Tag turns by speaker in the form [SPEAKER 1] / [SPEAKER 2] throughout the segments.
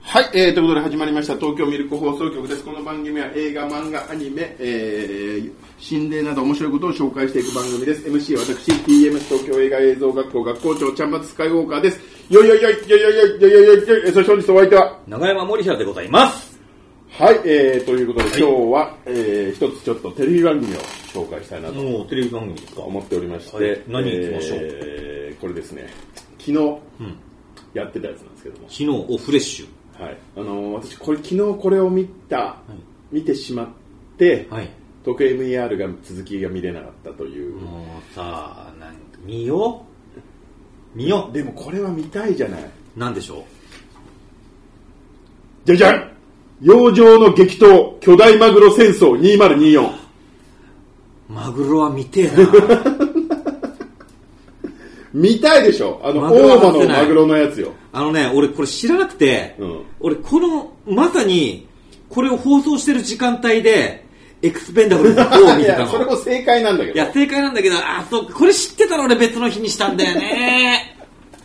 [SPEAKER 1] はい、えー、ということで始まりました東京ミルク放送局です。この番組は映画、漫画、アニメ、えー、心霊など面白いことを紹介していく番組です。MC は私、TMS 東京映画映像学校学校長、ちゃんまつスカイウォーカーです。よいよいよいよいよいよいよいよいよいよいえーそして本日お相手は、
[SPEAKER 2] 長山森平でございます。
[SPEAKER 1] はい、えー、ということで今日は、えー、一つちょっとテレビ番組を紹介したいなと
[SPEAKER 2] もうテレビ番組ですか
[SPEAKER 1] 思っておりまして、
[SPEAKER 2] はい何行きましょう
[SPEAKER 1] えー、これですね、昨日、
[SPEAKER 2] ん
[SPEAKER 1] やってたやつなんですけども、
[SPEAKER 2] 昨日をフレッシュ。
[SPEAKER 1] はい、あのー私これ昨日これを見た、見てしまって、
[SPEAKER 2] はい。
[SPEAKER 1] 東京 MER が続きが見れなかったという、
[SPEAKER 2] もうさあ、なんか見よう。見よ。
[SPEAKER 1] でもこれは見たいじゃないう
[SPEAKER 2] なんでしょう。
[SPEAKER 1] じゃじゃん洋上の激闘巨大マグロ戦争2024
[SPEAKER 2] マグロは見てえな。
[SPEAKER 1] 見たいでしょあの
[SPEAKER 2] マグロは
[SPEAKER 1] 大間
[SPEAKER 2] 出
[SPEAKER 1] の
[SPEAKER 2] せない
[SPEAKER 1] マグロのやつよ
[SPEAKER 2] あのね、俺これ知らなくて、
[SPEAKER 1] うん
[SPEAKER 2] 俺この、まさに、これを放送してる時間帯で、エクスペンダブルズ4を
[SPEAKER 1] い
[SPEAKER 2] 見てた
[SPEAKER 1] や
[SPEAKER 2] の。
[SPEAKER 1] それも正解なんだけ
[SPEAKER 2] い
[SPEAKER 1] ど
[SPEAKER 2] や、正解なんだけど、あ、そう、これ知ってたら俺別の日にしたんだよね。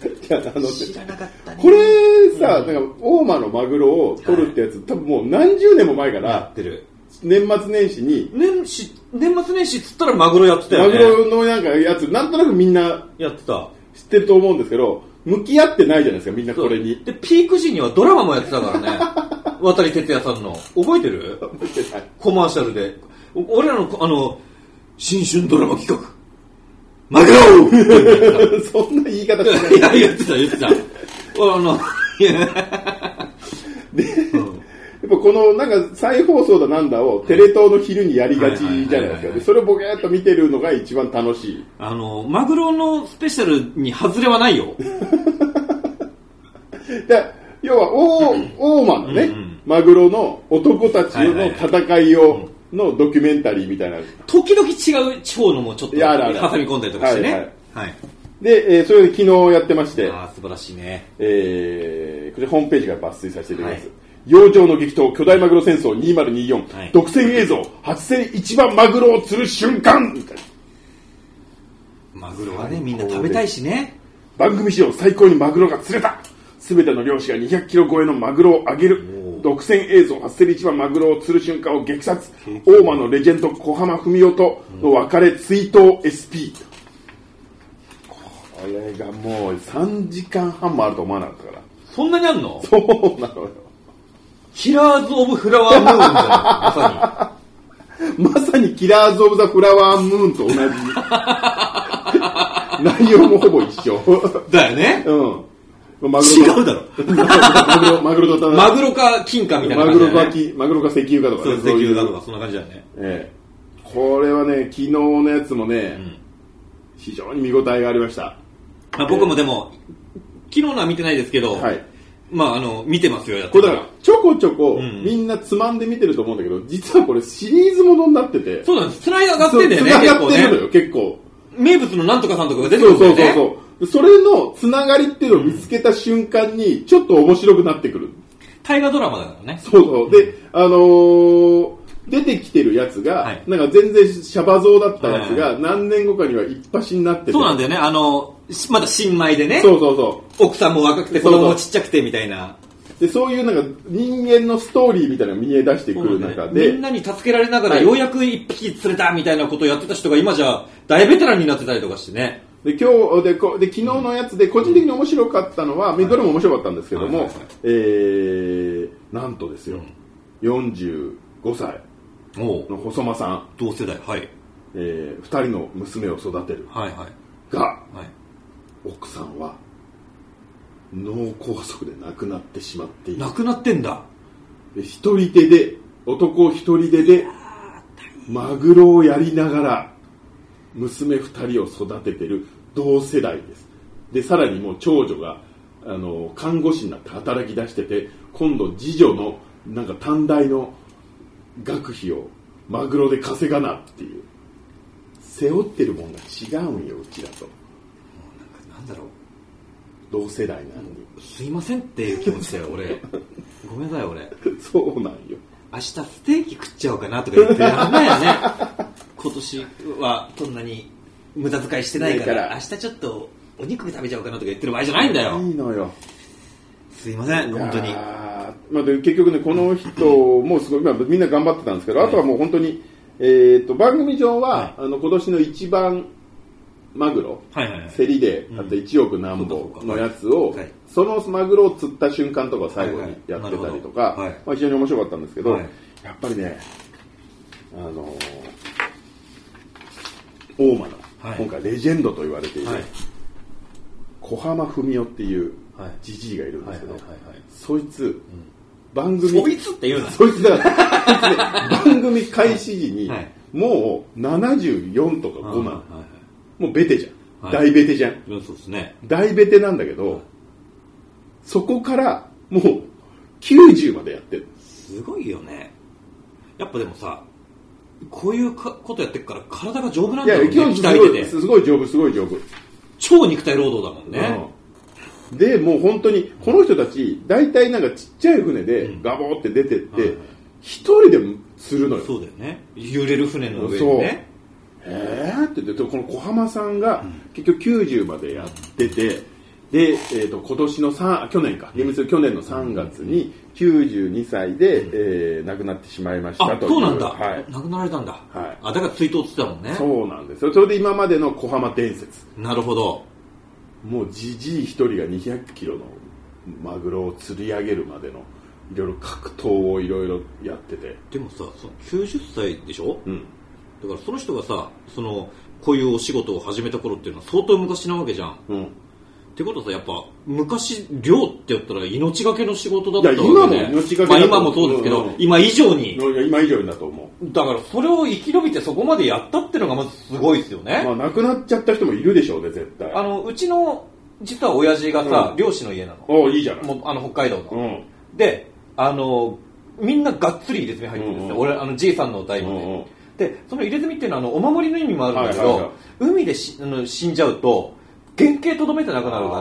[SPEAKER 1] いやあの
[SPEAKER 2] 知らなかったね。
[SPEAKER 1] これさ、なんか大間のマグロを取るってやつ、多分もう何十年も前か
[SPEAKER 2] や
[SPEAKER 1] ら
[SPEAKER 2] ってる。
[SPEAKER 1] 年末年始に
[SPEAKER 2] 年始、年末年始っつったらマグロやってた
[SPEAKER 1] マ
[SPEAKER 2] よ
[SPEAKER 1] グ
[SPEAKER 2] ね。
[SPEAKER 1] ロのなんかやつなんとなくみんな
[SPEAKER 2] やってた。
[SPEAKER 1] 知ってると思うんですけど向き合ってないじゃないですかみんなこれに
[SPEAKER 2] で、ピーク時にはドラマもやってたか らね。渡哲也さんの。覚えてる
[SPEAKER 1] 向き合ってない
[SPEAKER 2] コマーシャルで。お俺らの、あの、新春ドラマ企画。マグ ロ
[SPEAKER 1] そんな言い方しない
[SPEAKER 2] いや、言ってた、言ってた。あの、いや
[SPEAKER 1] やっぱこのなんか再放送だなんだをテレ東の昼にやりがちじゃないですかでそれをボケーっと見てるのが一番楽しい
[SPEAKER 2] あの、マグロのスペシャルに外れはないよ。
[SPEAKER 1] で要は大大間のね、
[SPEAKER 2] うんうん
[SPEAKER 1] マグロの男たち
[SPEAKER 2] はい
[SPEAKER 1] の
[SPEAKER 2] はい
[SPEAKER 1] 戦いをのドキュメンタリーみたいな
[SPEAKER 2] 時々違う地方のもちょっと
[SPEAKER 1] いやあるある
[SPEAKER 2] 挟み込んだりとかしてね。
[SPEAKER 1] は
[SPEAKER 2] はいい、
[SPEAKER 1] で、えーそれで昨日やってまして、
[SPEAKER 2] ああ、素晴らしいね。
[SPEAKER 1] えーこれホームページから抜粋させていただきます、
[SPEAKER 2] はい
[SPEAKER 1] 洋上の激闘巨大マグロ戦争2024、
[SPEAKER 2] はい
[SPEAKER 1] 独占映像初戦一番マグロを釣る瞬間みたいな
[SPEAKER 2] マグロはね、みんな食べたいしね。
[SPEAKER 1] 番組史上最高にマグロが釣れた全ての漁師が2 0 0キロ超えのマグロを揚げる
[SPEAKER 2] おー
[SPEAKER 1] 独占映像初競り一番マグロを釣る瞬間を激殺大間のレジェンド小浜文夫との別れ追悼 SP、これがもう3時間半もあると思わなかったから
[SPEAKER 2] そんなにあんの
[SPEAKER 1] そうなのよ
[SPEAKER 2] キラーズ・オブ・フラワームーンじゃん、まさ
[SPEAKER 1] まさにキラーズ・オブ・ザ・フラワームーンと同じ 内容もほぼ一緒
[SPEAKER 2] に。だよね。
[SPEAKER 1] うんマ
[SPEAKER 2] 違
[SPEAKER 1] と
[SPEAKER 2] うだろ。
[SPEAKER 1] マグロマグロと
[SPEAKER 2] マグロか金かみたいな
[SPEAKER 1] マ
[SPEAKER 2] 感じ
[SPEAKER 1] グロかき、
[SPEAKER 2] だよね。
[SPEAKER 1] マグロか石油かとか
[SPEAKER 2] そう、
[SPEAKER 1] ね。
[SPEAKER 2] 石
[SPEAKER 1] そういう
[SPEAKER 2] 油だとか、そんな感じだよね。
[SPEAKER 1] ええこれはね、昨日のやつもね、非常に見応えがありました。
[SPEAKER 2] まあ、僕もでも、昨日のは見てないですけど、
[SPEAKER 1] はい。
[SPEAKER 2] まあ、あの、見てますよ、やって
[SPEAKER 1] これだから、ちょこちょこ、
[SPEAKER 2] ん
[SPEAKER 1] みんなつまんで見てると思うんだけど、実はこれシリーズものになってて、
[SPEAKER 2] そうなんです。繋いで上がってんだよね、
[SPEAKER 1] そう繋
[SPEAKER 2] 結
[SPEAKER 1] がっ
[SPEAKER 2] 構
[SPEAKER 1] てるの
[SPEAKER 2] ね。
[SPEAKER 1] よ、結構。
[SPEAKER 2] 名物のなんとかさんとかが出てく
[SPEAKER 1] そ
[SPEAKER 2] る
[SPEAKER 1] うん
[SPEAKER 2] だ
[SPEAKER 1] そ
[SPEAKER 2] よ
[SPEAKER 1] うそう
[SPEAKER 2] ね。
[SPEAKER 1] そう。それのつながりっていうのを見つけた瞬間に、ちょっと面白くなってくる。
[SPEAKER 2] 大河ドラマだからね。
[SPEAKER 1] そうそう。で、あのー出てきてるやつが、
[SPEAKER 2] はい
[SPEAKER 1] なんか全然シャバ像だったやつ
[SPEAKER 2] は
[SPEAKER 1] が、何年後かには一発になってて。
[SPEAKER 2] そうなんだよね、あの、しまだ新米でね、
[SPEAKER 1] そうそうそ
[SPEAKER 2] 奥さんも若くて、子供もちっちゃくてみたいな。
[SPEAKER 1] う。で、そういうなんか人間のストーリーみたいなのが見え出してくる中で、
[SPEAKER 2] みんなに助けられながら
[SPEAKER 1] はい
[SPEAKER 2] ようやく一匹釣れたみたいなことをやってた人が今じゃ大ベテランになってたりとかしてね。
[SPEAKER 1] で今日でこで昨日のやつで個人的に面白かったのは、どれも面白かったんですけども、
[SPEAKER 2] はいはいはい
[SPEAKER 1] えー、なんとですよ、45歳
[SPEAKER 2] おう
[SPEAKER 1] の細間さん、
[SPEAKER 2] 同世代、はい。
[SPEAKER 1] えー、2人の娘を育てる
[SPEAKER 2] はいはい。
[SPEAKER 1] が、
[SPEAKER 2] はい、
[SPEAKER 1] 奥さんは脳梗塞で亡くなってしまっている
[SPEAKER 2] 亡くなってんだ。
[SPEAKER 1] で一人手で男一人手でマグロをやりながら娘2人を育ててる同世代ですでさらにもう長女があの看護師になって働き出してて今度次女のなんか短大の学費をマグロで稼がなっていう背負ってるもんが違うんようちだと
[SPEAKER 2] なんだろ
[SPEAKER 1] 同世代なのに
[SPEAKER 2] う。すいませんっていう気持ちだよ、俺。ごめんなさい、俺。
[SPEAKER 1] そうなんよ
[SPEAKER 2] 明日ステーキ食っちゃおうかなとか言ってやんないよね。今年はそんなに無駄遣いしてないか
[SPEAKER 1] ないから
[SPEAKER 2] ら、明日ちょっとお肉食べちゃおうかなとか言ってる場合じゃないんだよ。
[SPEAKER 1] いいのよ
[SPEAKER 2] すいません、本当に
[SPEAKER 1] い。やーまあ、で結局ねこの人もすごい、まあ、みんな頑張ってたんですけど、あとはもう本当に、えー、と番組上は、
[SPEAKER 2] はい
[SPEAKER 1] あの今年の一番マグロ、
[SPEAKER 2] はいはいはい
[SPEAKER 1] 競りで
[SPEAKER 2] うん
[SPEAKER 1] あと1億何本のやつを、
[SPEAKER 2] はい
[SPEAKER 1] そのマグロを釣った瞬間とかを最後
[SPEAKER 2] はい
[SPEAKER 1] に
[SPEAKER 2] はい
[SPEAKER 1] やってたりと
[SPEAKER 2] な
[SPEAKER 1] か、
[SPEAKER 2] るほどはい
[SPEAKER 1] まあ、非常に面白かったんですけど、
[SPEAKER 2] はい
[SPEAKER 1] やっぱりねあのー大間の、
[SPEAKER 2] はい
[SPEAKER 1] 今回レジェンドと言われている、
[SPEAKER 2] はい
[SPEAKER 1] 小浜文雄っていう
[SPEAKER 2] はい
[SPEAKER 1] じじいがいるんですけど、
[SPEAKER 2] はいはいはいはい
[SPEAKER 1] そいつ、番組
[SPEAKER 2] そいつって言うな
[SPEAKER 1] そいつだから 番組開始時に、
[SPEAKER 2] はい
[SPEAKER 1] もう74とか5なの、
[SPEAKER 2] はいはいは
[SPEAKER 1] もうベテじゃん、
[SPEAKER 2] はい
[SPEAKER 1] 大ベテじゃん
[SPEAKER 2] いいやそうですね
[SPEAKER 1] 大ベテなんだけど、そこからもう90までやってる
[SPEAKER 2] すごいよねやっぱでもさこういうかことやってるから体が丈夫なん
[SPEAKER 1] い
[SPEAKER 2] だ
[SPEAKER 1] や
[SPEAKER 2] よね
[SPEAKER 1] 今日す
[SPEAKER 2] 鍛
[SPEAKER 1] ご
[SPEAKER 2] えて
[SPEAKER 1] い
[SPEAKER 2] て
[SPEAKER 1] すごい丈夫すごい丈夫
[SPEAKER 2] 超肉体労働だもんね、
[SPEAKER 1] うんでもう本当にこの人たち大体なんかちっちゃい船で
[SPEAKER 2] うん
[SPEAKER 1] ガボーって出てっ
[SPEAKER 2] はいは
[SPEAKER 1] て
[SPEAKER 2] い
[SPEAKER 1] 一人でも釣るのよ
[SPEAKER 2] そうだよね揺れる船の上
[SPEAKER 1] そ
[SPEAKER 2] に
[SPEAKER 1] う
[SPEAKER 2] ね
[SPEAKER 1] えーって言ってこの小浜さんが結局90までやってて、で、えー、と今年の3あ去年か厳密に去年の3月に92歳で、えー亡くなってしまいました
[SPEAKER 2] あ
[SPEAKER 1] とい
[SPEAKER 2] そうなんだ、
[SPEAKER 1] はい、
[SPEAKER 2] 亡くなられたんだ、
[SPEAKER 1] はい
[SPEAKER 2] あだから追悼って言ってたもんね
[SPEAKER 1] そうなんですよそれで今までの小浜伝説
[SPEAKER 2] なるほど
[SPEAKER 1] もうじじい一人が2 0 0キロのマグロを釣り上げるまでのいろいろ格闘をいろいろやってて、
[SPEAKER 2] でもさその90歳でしょ
[SPEAKER 1] うん、
[SPEAKER 2] だからその人がさそのこういうお仕事を始めた頃っていうのは相当昔なわけじゃんっ
[SPEAKER 1] うん、
[SPEAKER 2] てことはさやっぱ昔漁って言ったら命がけの仕事だった
[SPEAKER 1] いや
[SPEAKER 2] わけで
[SPEAKER 1] 今も命がけだと
[SPEAKER 2] まあ、今もそうですけど、
[SPEAKER 1] うんうん
[SPEAKER 2] 今以上に
[SPEAKER 1] 今以上にだと思う
[SPEAKER 2] だからそれを生き延びてそこまでやったってのがまずすごいですよね、
[SPEAKER 1] まあ、亡くなっちゃった人もいるでしょうね絶対
[SPEAKER 2] あ、のうちの実は親父がさ、
[SPEAKER 1] うん
[SPEAKER 2] 漁師の家なの
[SPEAKER 1] おいいじゃない
[SPEAKER 2] もうあの北海道の、
[SPEAKER 1] うん
[SPEAKER 2] であのみんながっつり入れ墨入ってるんですよ、
[SPEAKER 1] うんうん
[SPEAKER 2] 俺あのじいさんの代まで、
[SPEAKER 1] うんうん
[SPEAKER 2] でその入れ墨っていうのはあのお守りの意味もあるんだけど、
[SPEAKER 1] はいはいはい
[SPEAKER 2] 海でしあの死んじゃうと原型とどめてなくなる
[SPEAKER 1] あー
[SPEAKER 2] か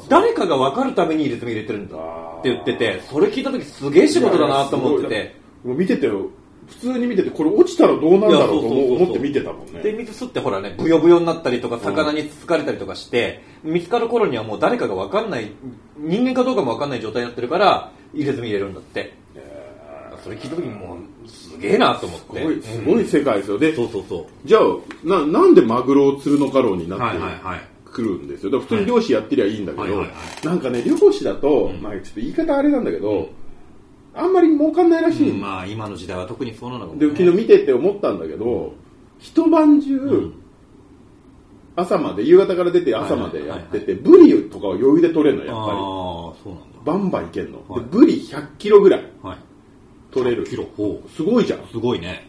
[SPEAKER 1] そう
[SPEAKER 2] ら誰かが分かるために入れ墨入れてるんだ
[SPEAKER 1] あー
[SPEAKER 2] って言っててそれ聞いた時すげえ仕事だなと思って
[SPEAKER 1] いやいや
[SPEAKER 2] て
[SPEAKER 1] すごいもう見ててよ普通に見ててこれ落ちたらどうなんだろうと
[SPEAKER 2] いやそうそうそうそう
[SPEAKER 1] 思って見てたもん
[SPEAKER 2] で
[SPEAKER 1] ね
[SPEAKER 2] 水吸ってほらねブヨブヨになったりとか魚につつかれたりとかして、見つかる頃にはもう誰かが分かんない人間かどうかも分かんない状態になってるから入れ墨入れるんだってそれ聞いた時にもうすげえなと思っ
[SPEAKER 1] す
[SPEAKER 2] て
[SPEAKER 1] ごいすごい世界ですよで
[SPEAKER 2] そうそうそう
[SPEAKER 1] じゃあななんでマグロを釣るのかろうになって
[SPEAKER 2] はい
[SPEAKER 1] る
[SPEAKER 2] はいはい
[SPEAKER 1] くるんですよだから普通に漁師やってりゃいいんだけ
[SPEAKER 2] はい
[SPEAKER 1] ど
[SPEAKER 2] はいはいは
[SPEAKER 1] なんかね漁師だと、
[SPEAKER 2] うん
[SPEAKER 1] まあ、ちょっと言い方あれなんだけどあんまり儲かんないらしい、
[SPEAKER 2] うんまあ今の時代は特にそうなのかも、
[SPEAKER 1] で
[SPEAKER 2] ね、
[SPEAKER 1] 昨日見てて思ったんだけど一晩中、
[SPEAKER 2] ん
[SPEAKER 1] 朝まで夕方から出て朝までやってて、ブリとかは余裕で取れるの
[SPEAKER 2] あ
[SPEAKER 1] や
[SPEAKER 2] あ
[SPEAKER 1] っぱり
[SPEAKER 2] ーそうなんだ
[SPEAKER 1] バンバンいけんの、
[SPEAKER 2] はい
[SPEAKER 1] でブリ100キロぐらい
[SPEAKER 2] はい
[SPEAKER 1] 取れる
[SPEAKER 2] キロほ
[SPEAKER 1] すごいじゃん
[SPEAKER 2] うすごいね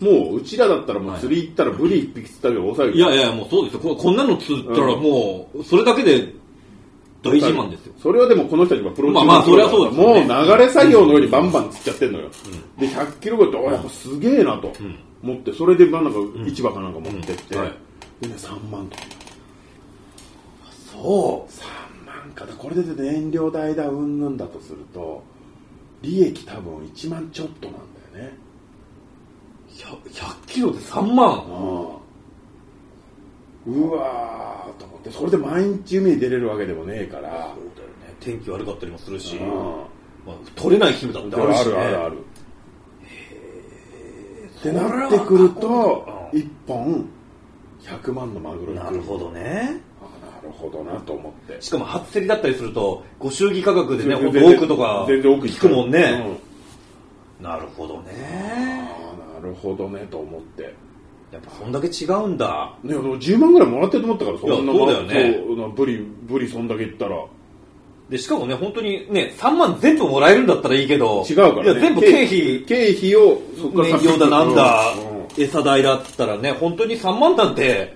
[SPEAKER 1] もううちらだったらもう
[SPEAKER 2] はい
[SPEAKER 1] 釣り行ったらブリ1匹釣ったけど抑える
[SPEAKER 2] いやいやもうそうですよここんなの釣ったらもうそれだけで大自慢ですよ
[SPEAKER 1] それはでもこの人たちがプロ中
[SPEAKER 2] まあまあそりゃそうですよね
[SPEAKER 1] もう流れ作業のようにバンバン釣っちゃってんのよ、で100キロぐらいっておいやっぱすげえなと
[SPEAKER 2] ん
[SPEAKER 1] 思ってそれでまあなんか市場かなんか持ってって、
[SPEAKER 2] うんはい
[SPEAKER 1] でね3万とか
[SPEAKER 2] そ
[SPEAKER 1] 3万かだこれで燃料代だうんぬんだとすると利益多分1万ちょっとなんだよね
[SPEAKER 2] う 100, キロで3万
[SPEAKER 1] ああうわーと思ってそれで毎日海に出れるわけでもねえから
[SPEAKER 2] そうだよね天気悪かったりもするし、
[SPEAKER 1] うん
[SPEAKER 2] まあ、取れない日だってあるし、ね、
[SPEAKER 1] あるあるって
[SPEAKER 2] それは
[SPEAKER 1] なってくると
[SPEAKER 2] うん
[SPEAKER 1] 1本100万のマグロに
[SPEAKER 2] なるほどね
[SPEAKER 1] あなるほどなと思って
[SPEAKER 2] しかも初競りだったりするとご祝儀価格でねほ
[SPEAKER 1] 全
[SPEAKER 2] ん
[SPEAKER 1] 然
[SPEAKER 2] と奥とか
[SPEAKER 1] 全然奥行
[SPEAKER 2] 聞くもん
[SPEAKER 1] う
[SPEAKER 2] ね、なるほどね
[SPEAKER 1] ああなるほどねと思って
[SPEAKER 2] やっぱそんだけ違うんだ
[SPEAKER 1] ね、でも10万ぐらいもらってると思ったからそんな
[SPEAKER 2] そうだよね
[SPEAKER 1] そうなブリブリそんだけいったら
[SPEAKER 2] でしかもね本当にね3万全部もらえるんだったらいいけど
[SPEAKER 1] 違うから、ね、
[SPEAKER 2] いや全部経費
[SPEAKER 1] 経費をそこから
[SPEAKER 2] 燃料だなんだ、
[SPEAKER 1] うん
[SPEAKER 2] 餌代だったらね本当に3万なんて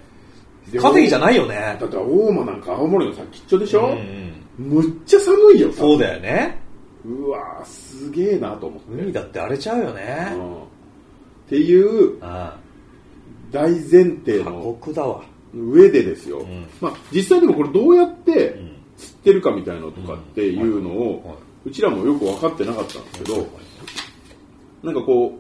[SPEAKER 1] で
[SPEAKER 2] 稼ぎじゃないよね
[SPEAKER 1] だって大間なんか青森のさ吉祥でしょ、
[SPEAKER 2] うんうん
[SPEAKER 1] むっちゃ寒いよ
[SPEAKER 2] そう
[SPEAKER 1] だ
[SPEAKER 2] だよね
[SPEAKER 1] うわーすげえなと思って、
[SPEAKER 2] 海だって荒れちゃうよね
[SPEAKER 1] う、んっていう
[SPEAKER 2] あ
[SPEAKER 1] 大前提
[SPEAKER 2] あ過
[SPEAKER 1] の
[SPEAKER 2] 酷だわ
[SPEAKER 1] 上でですよ、
[SPEAKER 2] ん
[SPEAKER 1] まあ、実際でもこれどうやって
[SPEAKER 2] ん
[SPEAKER 1] 釣ってるかみたいなのとかっていうのを、
[SPEAKER 2] うんはいう
[SPEAKER 1] ちらもよく分かってなかったんですけど、なんかこ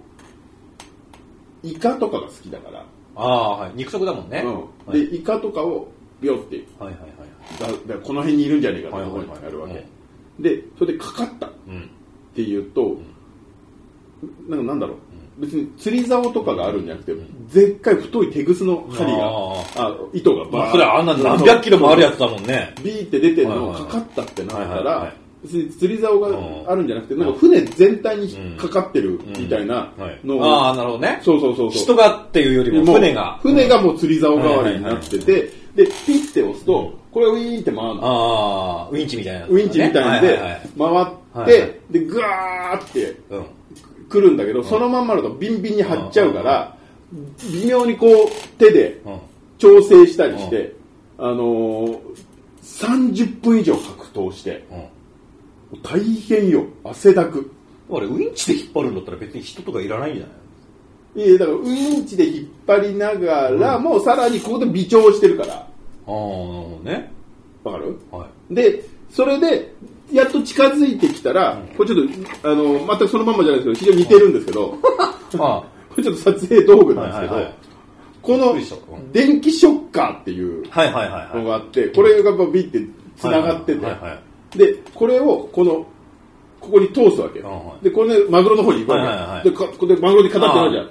[SPEAKER 1] うイカとかが好きだから、
[SPEAKER 2] ああはい肉食だもんね、
[SPEAKER 1] うん、
[SPEAKER 2] は
[SPEAKER 1] で
[SPEAKER 2] い、
[SPEAKER 1] イカとかをビョって
[SPEAKER 2] はいはいはい
[SPEAKER 1] だだこの辺にいるんじゃねえかってところに
[SPEAKER 2] はい
[SPEAKER 1] や
[SPEAKER 2] はい
[SPEAKER 1] るわ
[SPEAKER 2] はい
[SPEAKER 1] けでそれでかかった
[SPEAKER 2] うん
[SPEAKER 1] っていうと、なんかなんだろう別に釣り竿とかがあるんじゃなくて、でっかい太い手ぐすの針が
[SPEAKER 2] あー
[SPEAKER 1] あ糸が
[SPEAKER 2] ま
[SPEAKER 1] バー
[SPEAKER 2] あ、それはあんな何百キロもあるやつだもんね。
[SPEAKER 1] ビーって出てるの
[SPEAKER 2] は
[SPEAKER 1] が
[SPEAKER 2] いはい
[SPEAKER 1] かかったってなった
[SPEAKER 2] はいはいは
[SPEAKER 1] ら
[SPEAKER 2] い
[SPEAKER 1] 別に釣り竿が
[SPEAKER 2] うん
[SPEAKER 1] あるんじゃなくてなんか船全体にかかってるみたいなのを、
[SPEAKER 2] ああ、なるほどね。
[SPEAKER 1] そうそうそうそう
[SPEAKER 2] 人がっていうよりも船が。
[SPEAKER 1] 船がもう釣り竿代わりになってて、でピッて押すとこれウィーンって回るの
[SPEAKER 2] ああ、ウィンチみたいなやつだ
[SPEAKER 1] ウ
[SPEAKER 2] ね、
[SPEAKER 1] ィンチみたいんで
[SPEAKER 2] ははは
[SPEAKER 1] 回っ
[SPEAKER 2] はいはい
[SPEAKER 1] てでグワーって
[SPEAKER 2] うん。
[SPEAKER 1] 来るんだけどそのまんまだとビンビンに張っちゃうから微妙にこう手で
[SPEAKER 2] うん。
[SPEAKER 1] 調整したりしてあのー30分以上格闘して
[SPEAKER 2] うん。
[SPEAKER 1] 大変よ汗だく
[SPEAKER 2] あれ、ウィンチで引っ張るんだったら別に人とかいらないんじゃない
[SPEAKER 1] いやだからウィンチで引っ張りながら、もうさらにここで微調してるから
[SPEAKER 2] ああ、なるほどね。
[SPEAKER 1] わかる
[SPEAKER 2] はい。
[SPEAKER 1] で、それで、やっと近づいてきたら、これちょっと、あの、全くそのまんまじゃないですけど、非常に似てるんですけ ど、こ
[SPEAKER 2] あ
[SPEAKER 1] れちょっと撮影道具なんですけど、
[SPEAKER 2] はいはいはい
[SPEAKER 1] こ
[SPEAKER 2] びっくりしたう
[SPEAKER 1] の、
[SPEAKER 2] ん
[SPEAKER 1] 電気ショッカーっていう
[SPEAKER 2] あ、はいはいはい
[SPEAKER 1] の
[SPEAKER 2] は
[SPEAKER 1] があって、これがビって繋がってて、
[SPEAKER 2] はいはいはいは
[SPEAKER 1] で、これを、この、ここに通すわけ。
[SPEAKER 2] うんはい
[SPEAKER 1] で、これね、マグロの方に行くわけ。
[SPEAKER 2] はいはいはい
[SPEAKER 1] で、かここでマグロに形になるじゃん。
[SPEAKER 2] い。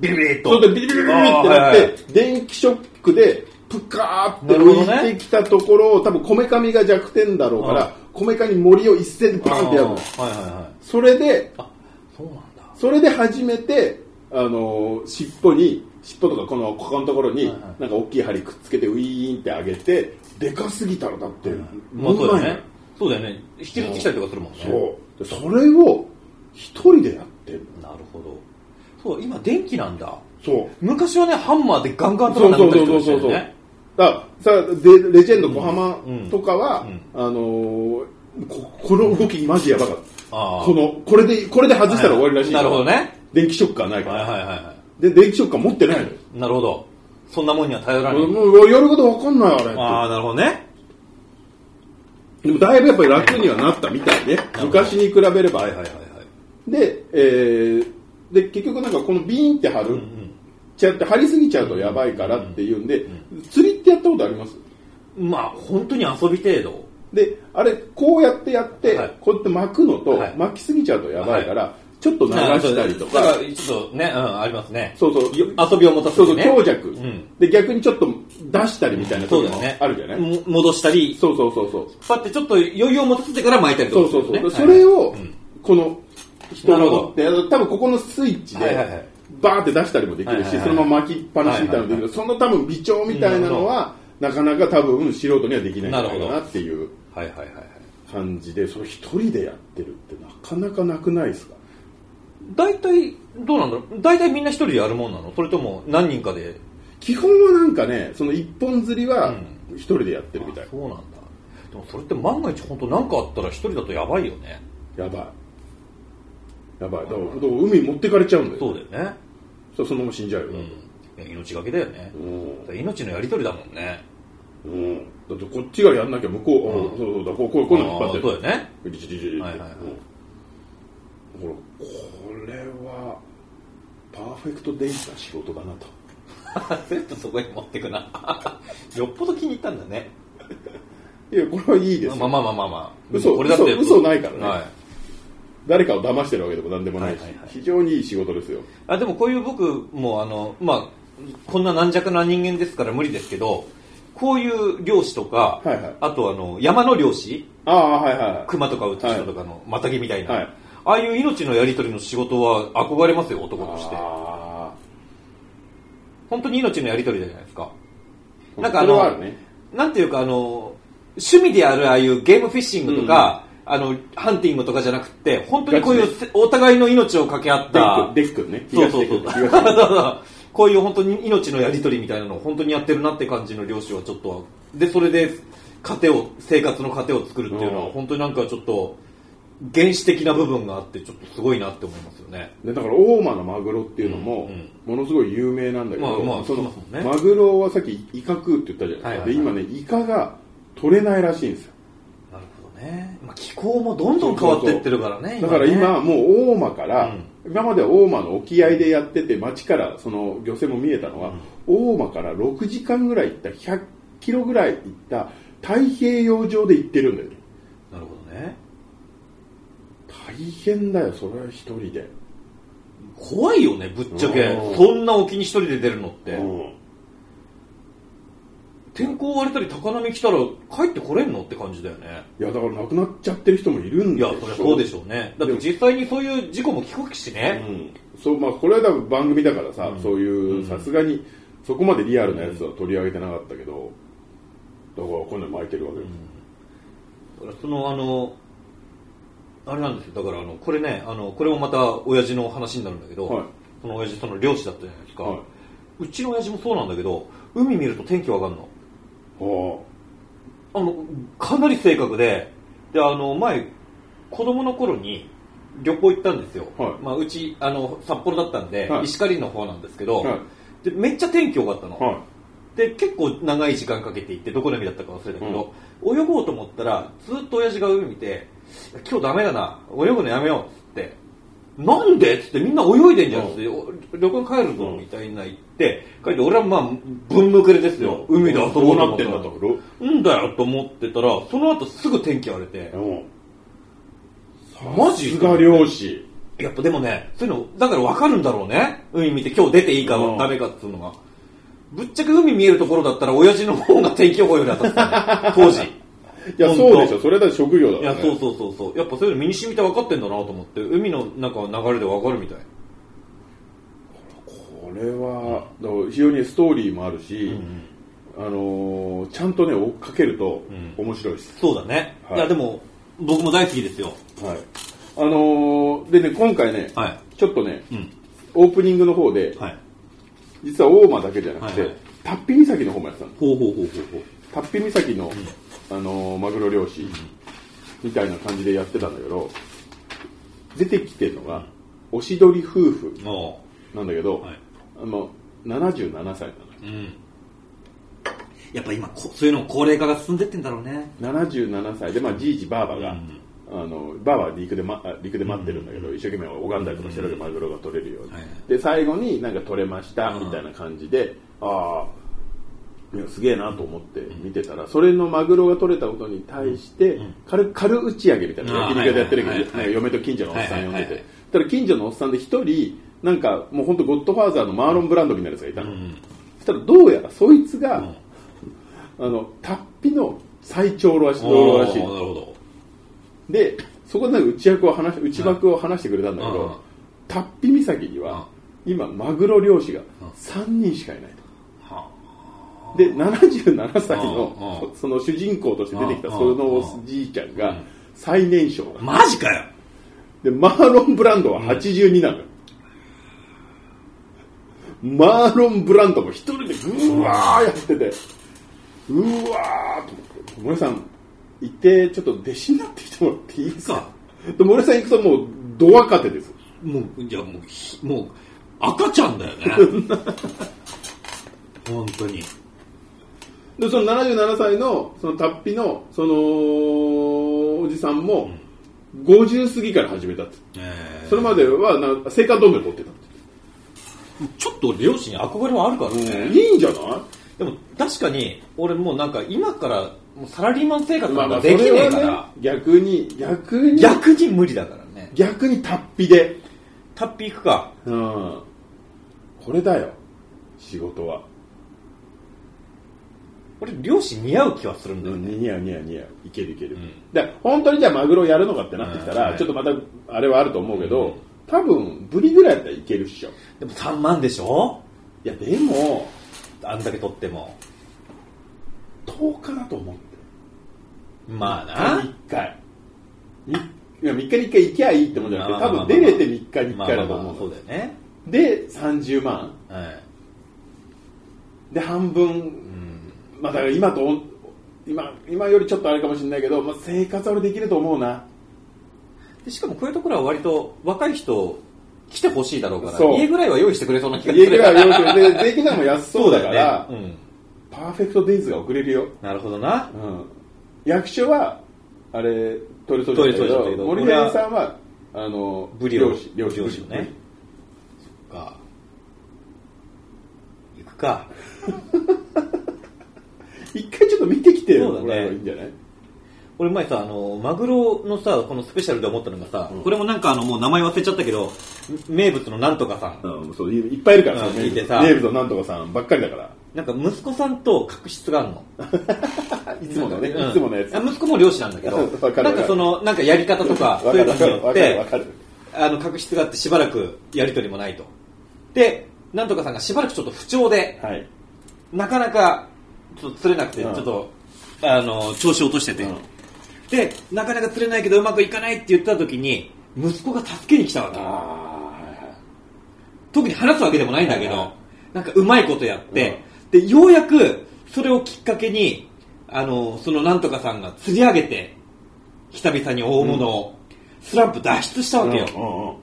[SPEAKER 2] ビリビリっと。
[SPEAKER 1] それでビリビリビリビリってなっ
[SPEAKER 2] あーはいはい
[SPEAKER 1] て、電気ショックで、プカーって浮いてきたところを、多分こめかみが弱点だろうか
[SPEAKER 2] あ
[SPEAKER 1] ら、こめかみ森を一斉にバーンってやるの。
[SPEAKER 2] あーはいはいはい。
[SPEAKER 1] それで、
[SPEAKER 2] あ、そうなんだ。
[SPEAKER 1] それで初めて、あのー、尻尾に、尻尾とかこの、ここのところに、
[SPEAKER 2] はいはい
[SPEAKER 1] なんか大きい針くっつけて、ウィーンって上げて、でかすぎたらだって、
[SPEAKER 2] まあそうだ
[SPEAKER 1] い
[SPEAKER 2] よね。そうだよね。引きずってきたりとかするもんね。
[SPEAKER 1] そう。でそれを、一人でやってる
[SPEAKER 2] なるほど。そう、今電気なんだ。
[SPEAKER 1] そう。
[SPEAKER 2] 昔はね、ハンマーでガンガンと
[SPEAKER 1] そ
[SPEAKER 2] か
[SPEAKER 1] うそ
[SPEAKER 2] 殴っ
[SPEAKER 1] う
[SPEAKER 2] た
[SPEAKER 1] そ
[SPEAKER 2] り
[SPEAKER 1] う
[SPEAKER 2] と
[SPEAKER 1] そ
[SPEAKER 2] か
[SPEAKER 1] う
[SPEAKER 2] して
[SPEAKER 1] そう
[SPEAKER 2] るよね。
[SPEAKER 1] あさでレジェンド小浜
[SPEAKER 2] うん
[SPEAKER 1] とかは、
[SPEAKER 2] うん
[SPEAKER 1] あのーここの動きマジやばかった、
[SPEAKER 2] あー
[SPEAKER 1] このこれでこれで外したら終わりらしい、
[SPEAKER 2] なるほどね。
[SPEAKER 1] 電気ショッカーないから、
[SPEAKER 2] はいはいはいは
[SPEAKER 1] で電気ショッカー持ってないのよ
[SPEAKER 2] い。なるほど。そんなもんには頼らない。
[SPEAKER 1] もうもうやることわかんないあ
[SPEAKER 2] ああ、なるほどね。
[SPEAKER 1] れってでもだいぶやっぱり楽にはなったみたいね
[SPEAKER 2] ど
[SPEAKER 1] 昔に比べれば、
[SPEAKER 2] はいはいはいはい。
[SPEAKER 1] で,、えーで結局なんかこのビーンって張る、ちゃって張りすぎちゃうとやばいからっていうんで、釣りってやったことあります
[SPEAKER 2] まあ、本当に遊び程度。
[SPEAKER 1] であれこうやってやって、
[SPEAKER 2] はい
[SPEAKER 1] こうやって巻くのと、
[SPEAKER 2] はい
[SPEAKER 1] 巻きすぎちゃうとやばいから、ちょっと流したりとか
[SPEAKER 2] だらちょっとね、うん、ありますね。
[SPEAKER 1] そうそうよ
[SPEAKER 2] 遊びを持たせ
[SPEAKER 1] そうそ
[SPEAKER 2] て
[SPEAKER 1] う
[SPEAKER 2] ね。
[SPEAKER 1] 強弱、
[SPEAKER 2] ん
[SPEAKER 1] で逆にちょっと出したりみたいな
[SPEAKER 2] そう
[SPEAKER 1] 時
[SPEAKER 2] だよ
[SPEAKER 1] も
[SPEAKER 2] ね。
[SPEAKER 1] あるじゃない、
[SPEAKER 2] も戻したり、
[SPEAKER 1] そうそうそうそう
[SPEAKER 2] 引っ張ってちょっと余裕を持たせてから巻いたり
[SPEAKER 1] そ
[SPEAKER 2] と
[SPEAKER 1] う
[SPEAKER 2] かす
[SPEAKER 1] そ
[SPEAKER 2] る
[SPEAKER 1] うそ
[SPEAKER 2] よ
[SPEAKER 1] う、そ
[SPEAKER 2] ね。
[SPEAKER 1] れを
[SPEAKER 2] ん
[SPEAKER 1] この人
[SPEAKER 2] なるほ
[SPEAKER 1] の
[SPEAKER 2] ど
[SPEAKER 1] って多分ここのスイッチで、
[SPEAKER 2] はいはいはい
[SPEAKER 1] バーって出したりもできるし、
[SPEAKER 2] はいはいはい
[SPEAKER 1] そのまま巻きっぱなしみたいなのできる、その多分微調みたいなのは、なかなか多分素人にはできないんじゃないかなっていう
[SPEAKER 2] はいはいはいはい。
[SPEAKER 1] 感じでそれ一人でやってるってなかなかなくないですか
[SPEAKER 2] 大体、どうなんだろう大体みんな一人でやるもんなのそれとも何人かで。
[SPEAKER 1] 基本はなんかねその一本釣りは
[SPEAKER 2] う
[SPEAKER 1] 一人でやってるみたい
[SPEAKER 2] あ、そうなんだ。でもそれって万が一本当何かあったら一人だとやばいよね。
[SPEAKER 1] やばいやばいだからだから海に持ってかれちゃうんだよ
[SPEAKER 2] そうだよね。
[SPEAKER 1] そうそのまま死んじゃうよ、
[SPEAKER 2] うん。いや命がけだよね。
[SPEAKER 1] うん
[SPEAKER 2] 命のやりとりだもんね。
[SPEAKER 1] うんだってこっちがやんなきゃ向こう、
[SPEAKER 2] うん
[SPEAKER 1] うんそうそうだこうこうこういうの引っ張って
[SPEAKER 2] あーそうだ よね。
[SPEAKER 1] リチリチリって
[SPEAKER 2] はいはいはい
[SPEAKER 1] うんほらこれはパーフェクトデイズな仕事だなと
[SPEAKER 2] 全部そこに持ってくな。 よっぽど気に入ったんだね。
[SPEAKER 1] いやこれはいいですよ、
[SPEAKER 2] まあまあまあまあまあ。
[SPEAKER 1] 嘘
[SPEAKER 2] これだって
[SPEAKER 1] 嘘嘘ないからね
[SPEAKER 2] はい
[SPEAKER 1] 誰かを騙してるわけでも何でもないし、
[SPEAKER 2] はいはいはい
[SPEAKER 1] 非常にいい仕事ですよ
[SPEAKER 2] あでもこういう僕もあの、まあ、こんな軟弱な人間ですから無理ですけどこういう漁師と
[SPEAKER 1] は
[SPEAKER 2] か、
[SPEAKER 1] いはい
[SPEAKER 2] あとあの山の漁師
[SPEAKER 1] ああはいはいはい
[SPEAKER 2] 熊とか撃つ人とかのまたぎみたいな、
[SPEAKER 1] はい
[SPEAKER 2] ああいう命のやり取りの仕事は憧れますよ男として
[SPEAKER 1] あ
[SPEAKER 2] 本当に命のやり取りじゃないですか
[SPEAKER 1] ー
[SPEAKER 2] なんかあの
[SPEAKER 1] それはあるね
[SPEAKER 2] なんていうかあの趣味であるああいうゲームフィッシングとか、あのハンティングとかじゃなくて本当にこうい
[SPEAKER 1] ガチ
[SPEAKER 2] うお互いの命を掛け合っ
[SPEAKER 1] デ
[SPEAKER 2] た
[SPEAKER 1] ックデックね
[SPEAKER 2] そうそう そう。
[SPEAKER 1] 東デック東デック
[SPEAKER 2] こういう本当に命のやり取りみたいなのを本当にやってるなって感じの漁師はちょっと、で、それで糧を、生活の糧を作るっていうの
[SPEAKER 1] うん
[SPEAKER 2] は本当になんかちょっと、原始的な部分があって、ちょっとすごいなって思いますよね。
[SPEAKER 1] でだから大間のマグロっていうのも、
[SPEAKER 2] うん
[SPEAKER 1] ものすごい有名なんだけど、
[SPEAKER 2] まあまあ
[SPEAKER 1] その
[SPEAKER 2] そうですもんね
[SPEAKER 1] マグロはさっきイカ食うって言ったじゃないですか、
[SPEAKER 2] はいはいは
[SPEAKER 1] で今ねイカが取れないらしいんですよ
[SPEAKER 2] なるほどね。まあ、気候もどんどん変わっていってるからね。
[SPEAKER 1] だから
[SPEAKER 2] ね
[SPEAKER 1] 今もう大間から、今までは大間の沖合でやってて町からその漁船も見えたのは、大間から6時間ぐらい行った100キロぐらい行った太平洋上で行ってるんだよね
[SPEAKER 2] なるほどね。
[SPEAKER 1] 大大変だよそれは一人で、
[SPEAKER 2] 怖いよねぶっちゃけ
[SPEAKER 1] うん
[SPEAKER 2] そんな沖に一人で出るのって
[SPEAKER 1] うん
[SPEAKER 2] 天候割れたり高波来たら帰ってこれんのって感じだよね
[SPEAKER 1] いやだから亡くなっちゃってる人もいるん
[SPEAKER 2] い
[SPEAKER 1] だ
[SPEAKER 2] やそりゃそうでしょうねだって実際にそういう事故も聞くしね
[SPEAKER 1] うんそうまあ、これはだから番組だからさ、
[SPEAKER 2] うん
[SPEAKER 1] そういううんさすがにそこまでリアルなやつは取り上げてなかったけどだからこんなの巻いてるわけです、
[SPEAKER 2] だからそのあのあれなんですよだからあのこれねあのこれもまた親父の話になるんだけど、
[SPEAKER 1] はい
[SPEAKER 2] その親父その漁師だったじゃないですか、
[SPEAKER 1] はいう
[SPEAKER 2] ちの親父もそうなんだけど海見ると天気わかんの
[SPEAKER 1] は
[SPEAKER 2] あのかなり正確でであの前子供の頃に旅行行ったんですよ、
[SPEAKER 1] はい
[SPEAKER 2] まあ、うちあの札幌だったんで、
[SPEAKER 1] はい
[SPEAKER 2] 石狩の方なんですけど、
[SPEAKER 1] は
[SPEAKER 2] でめっちゃ天気良かったの、
[SPEAKER 1] あ、はい、
[SPEAKER 2] で結構長い時間かけて行ってどこの海だったか忘れたけど、泳ごうと思ったらずっと親父が海見て「今日ダメだな泳ぐのやめよう」っつって「なんで?」っつってみんな泳いでんじゃんっつって「旅行帰るぞ
[SPEAKER 1] う」ん
[SPEAKER 2] みたいな言って帰って俺はまあ文むくれですよ海で遊ぼうと
[SPEAKER 1] どうなっ
[SPEAKER 2] 思った
[SPEAKER 1] て
[SPEAKER 2] ら
[SPEAKER 1] んだとろ
[SPEAKER 2] うんだよと思ってたらその後すぐ天気荒れて
[SPEAKER 1] うん
[SPEAKER 2] マジ
[SPEAKER 1] さすが漁師
[SPEAKER 2] やっぱでもねそういうのだから分かるんだろうね海見て今日出ていいか
[SPEAKER 1] うん
[SPEAKER 2] ダメかっていうのがぶっちゃけ海見えるところだったら親父の方が天気予報より当たってた ね当時
[SPEAKER 1] いや
[SPEAKER 2] 本当
[SPEAKER 1] そうでしょそれだって職業だ
[SPEAKER 2] い
[SPEAKER 1] か
[SPEAKER 2] や
[SPEAKER 1] ら、
[SPEAKER 2] そう
[SPEAKER 1] ね、
[SPEAKER 2] そうそうそうやっぱそういうの身に染みて分かってんだなと思って海の中の流れで分かるみたい
[SPEAKER 1] これはだから非常にストーリーもあるし、あのーちゃんとね追っかけると
[SPEAKER 2] うん
[SPEAKER 1] 面白いです、
[SPEAKER 2] そうだね、
[SPEAKER 1] はい
[SPEAKER 2] い、やでも僕も大好きですよ
[SPEAKER 1] はいあのーでね今回ね、
[SPEAKER 2] は
[SPEAKER 1] ちょっとね
[SPEAKER 2] いうん
[SPEAKER 1] オープニングの方で
[SPEAKER 2] はい
[SPEAKER 1] 実は大間だけじゃなくて、
[SPEAKER 2] はいはい
[SPEAKER 1] タッピ岬の方もやってたの
[SPEAKER 2] ほうほうほうほうほう
[SPEAKER 1] タッピ岬の、あのーマグロ漁師みたいな感じでやってたんだけど出てきてるのがおしどり夫婦
[SPEAKER 2] あ
[SPEAKER 1] なんだけど、
[SPEAKER 2] あはい
[SPEAKER 1] あの77歳
[SPEAKER 2] うんやっぱ今こそういうの高齢化が進んでってんだろうね
[SPEAKER 1] なの77歳でまあじいじばあばが、
[SPEAKER 2] うん
[SPEAKER 1] あのばあばは陸で,、ま、あ陸で待ってるんだけど、一生懸命拝んだりとかしてるわけ、マグロが取れるように、
[SPEAKER 2] はいはい
[SPEAKER 1] で最後になんか取れました
[SPEAKER 2] うん
[SPEAKER 1] みたいな感じで、ああいやすげえなと思って見てたらそれのマグロが取れたことに対して、
[SPEAKER 2] うん
[SPEAKER 1] 軽軽打ち上げみたいな
[SPEAKER 2] ああ
[SPEAKER 1] 焼肉屋でやってるけど、
[SPEAKER 2] はいはいはいはい
[SPEAKER 1] ね嫁と近所のおっさん呼ん
[SPEAKER 2] はい
[SPEAKER 1] で
[SPEAKER 2] はいはいはい
[SPEAKER 1] てただ近所のおっさんで一人なんかもう本当ゴッドファーザーのマーロン・ブランドみたいなやつがいた
[SPEAKER 2] う
[SPEAKER 1] の、
[SPEAKER 2] ん
[SPEAKER 1] そしたらどうやらそいつ
[SPEAKER 2] う
[SPEAKER 1] が、
[SPEAKER 2] ん
[SPEAKER 1] あの達筆の最長老らしい
[SPEAKER 2] お
[SPEAKER 1] 老
[SPEAKER 2] ー
[SPEAKER 1] らしい
[SPEAKER 2] なるほど
[SPEAKER 1] でそこでなんか内役を話し内幕を話してくれたんだけ
[SPEAKER 2] うんうん
[SPEAKER 1] ど、タッピ岬には今マグロ漁師が3人しかいない
[SPEAKER 2] は
[SPEAKER 1] とで77歳
[SPEAKER 2] うん
[SPEAKER 1] の
[SPEAKER 2] うん
[SPEAKER 1] その主人公として出てきた
[SPEAKER 2] うん
[SPEAKER 1] そ
[SPEAKER 2] うん
[SPEAKER 1] のおじいちゃん
[SPEAKER 2] う
[SPEAKER 1] が
[SPEAKER 2] ん
[SPEAKER 1] 最年少
[SPEAKER 2] あマジかよ
[SPEAKER 1] でマーロン・ブランドは82なのよ、マーロン・ブランドも一人でぐーわーやっててうわーと思って森さん行ってちょっと弟子になってきてもらっていいですかで森さん行くともうど若手ですよ
[SPEAKER 2] もういやもうひもう赤ちゃんだ よね本当に
[SPEAKER 1] でその77歳のその達筆のそのおじさんも50過ぎから始めたって
[SPEAKER 2] えー
[SPEAKER 1] それまではな青函トンネル掘ってたって、
[SPEAKER 2] ちょっと俺両親に憧れはあるからね、
[SPEAKER 1] いいんじゃない
[SPEAKER 2] でも確かに俺もうなんか今からもうサラリーマン生活
[SPEAKER 1] まあ
[SPEAKER 2] なん
[SPEAKER 1] ま
[SPEAKER 2] か
[SPEAKER 1] あ
[SPEAKER 2] できねえから、
[SPEAKER 1] それはね逆に逆に
[SPEAKER 2] 逆に無理だからね
[SPEAKER 1] 逆に達筆で、
[SPEAKER 2] タッピー行くか
[SPEAKER 1] うん、これだよ仕事は、
[SPEAKER 2] 俺両親似合う気はするんだよね、
[SPEAKER 1] 似合う似合う似合ういけるいける、
[SPEAKER 2] うん
[SPEAKER 1] で本当にじゃあマグロやるのかってなってきたら、
[SPEAKER 2] うん
[SPEAKER 1] ちょっとまたあれはあると思うけど、
[SPEAKER 2] うん
[SPEAKER 1] 多分ブリぐらいだったらいけるっしょい
[SPEAKER 2] でも3万でしょ
[SPEAKER 1] やでも
[SPEAKER 2] あんだけ取っても
[SPEAKER 1] 10日だと思って
[SPEAKER 2] まあな
[SPEAKER 1] 3回みいや3日に1回行きゃいいってもんじゃなくて多分出れて3日に1回だと
[SPEAKER 2] まあまあまあ
[SPEAKER 1] 思
[SPEAKER 2] そううだよね、
[SPEAKER 1] で30万
[SPEAKER 2] はい
[SPEAKER 1] で半分
[SPEAKER 2] うん、
[SPEAKER 1] まあだから今とお今今よりちょっとあれかもしれないけど、まあ、生活は俺できると思う な
[SPEAKER 2] でしかもこういうところは割と若い人来てほしいだろうから
[SPEAKER 1] そう
[SPEAKER 2] 家ぐらいは用意してくれそうな気がす
[SPEAKER 1] 家
[SPEAKER 2] る
[SPEAKER 1] ぐらい は要求で税金なんかも安そうだか
[SPEAKER 2] からら、うん、
[SPEAKER 1] パーフェクトデイズが送れるよ、
[SPEAKER 2] なるほどな
[SPEAKER 1] うん、役所はあれトイレ掃除だけ
[SPEAKER 2] トイレ掃除だ
[SPEAKER 1] ど
[SPEAKER 2] けど
[SPEAKER 1] 森
[SPEAKER 2] 俺は
[SPEAKER 1] 田さんはあの
[SPEAKER 2] ブリを
[SPEAKER 1] 漁師漁師
[SPEAKER 2] 漁師をねか行くか
[SPEAKER 1] 一回ちょっと見てきて
[SPEAKER 2] そうだね
[SPEAKER 1] もらえばいいんじゃない
[SPEAKER 2] 俺前さ、あの、マグロのさ、このスペシャルで思ったのがさ、これもなんかあの、もう名前忘れちゃったけど、名物のなんとかさん、
[SPEAKER 1] うん、そういいっぱいいるからさ、
[SPEAKER 2] うん
[SPEAKER 1] 名
[SPEAKER 2] いて
[SPEAKER 1] 物
[SPEAKER 2] さ
[SPEAKER 1] 名物のなんとかさんばっかりだから
[SPEAKER 2] なんか息子さんと確執があるの。
[SPEAKER 1] いつものね、
[SPEAKER 2] うん
[SPEAKER 1] いつものやつ
[SPEAKER 2] あ息子も漁師なんだけ ど
[SPEAKER 1] わかるわかる
[SPEAKER 2] なんかそのなんかやり方とかそういうのによ
[SPEAKER 1] わ
[SPEAKER 2] っ
[SPEAKER 1] かるわ
[SPEAKER 2] て
[SPEAKER 1] かる
[SPEAKER 2] あの確執があってしばらくやり取りもないとでなんとかさんがしばらくちょっと不調で
[SPEAKER 1] はい
[SPEAKER 2] なかなかちょっと釣れなくて、
[SPEAKER 1] うん
[SPEAKER 2] ちょっとあの調子落としてて、
[SPEAKER 1] うん
[SPEAKER 2] でなかなか釣れないけどうまくいかないって言った時に息子が助けに来たわけ
[SPEAKER 1] あ
[SPEAKER 2] 特に話すわけでもないんだけど、
[SPEAKER 1] はいは
[SPEAKER 2] なんかうまいことやって、でようやくそれをきっかけにあのそのなんとかさんが釣り上げて久々に大物を、スランプ脱出した
[SPEAKER 1] あ
[SPEAKER 2] わけよ、
[SPEAKER 1] よ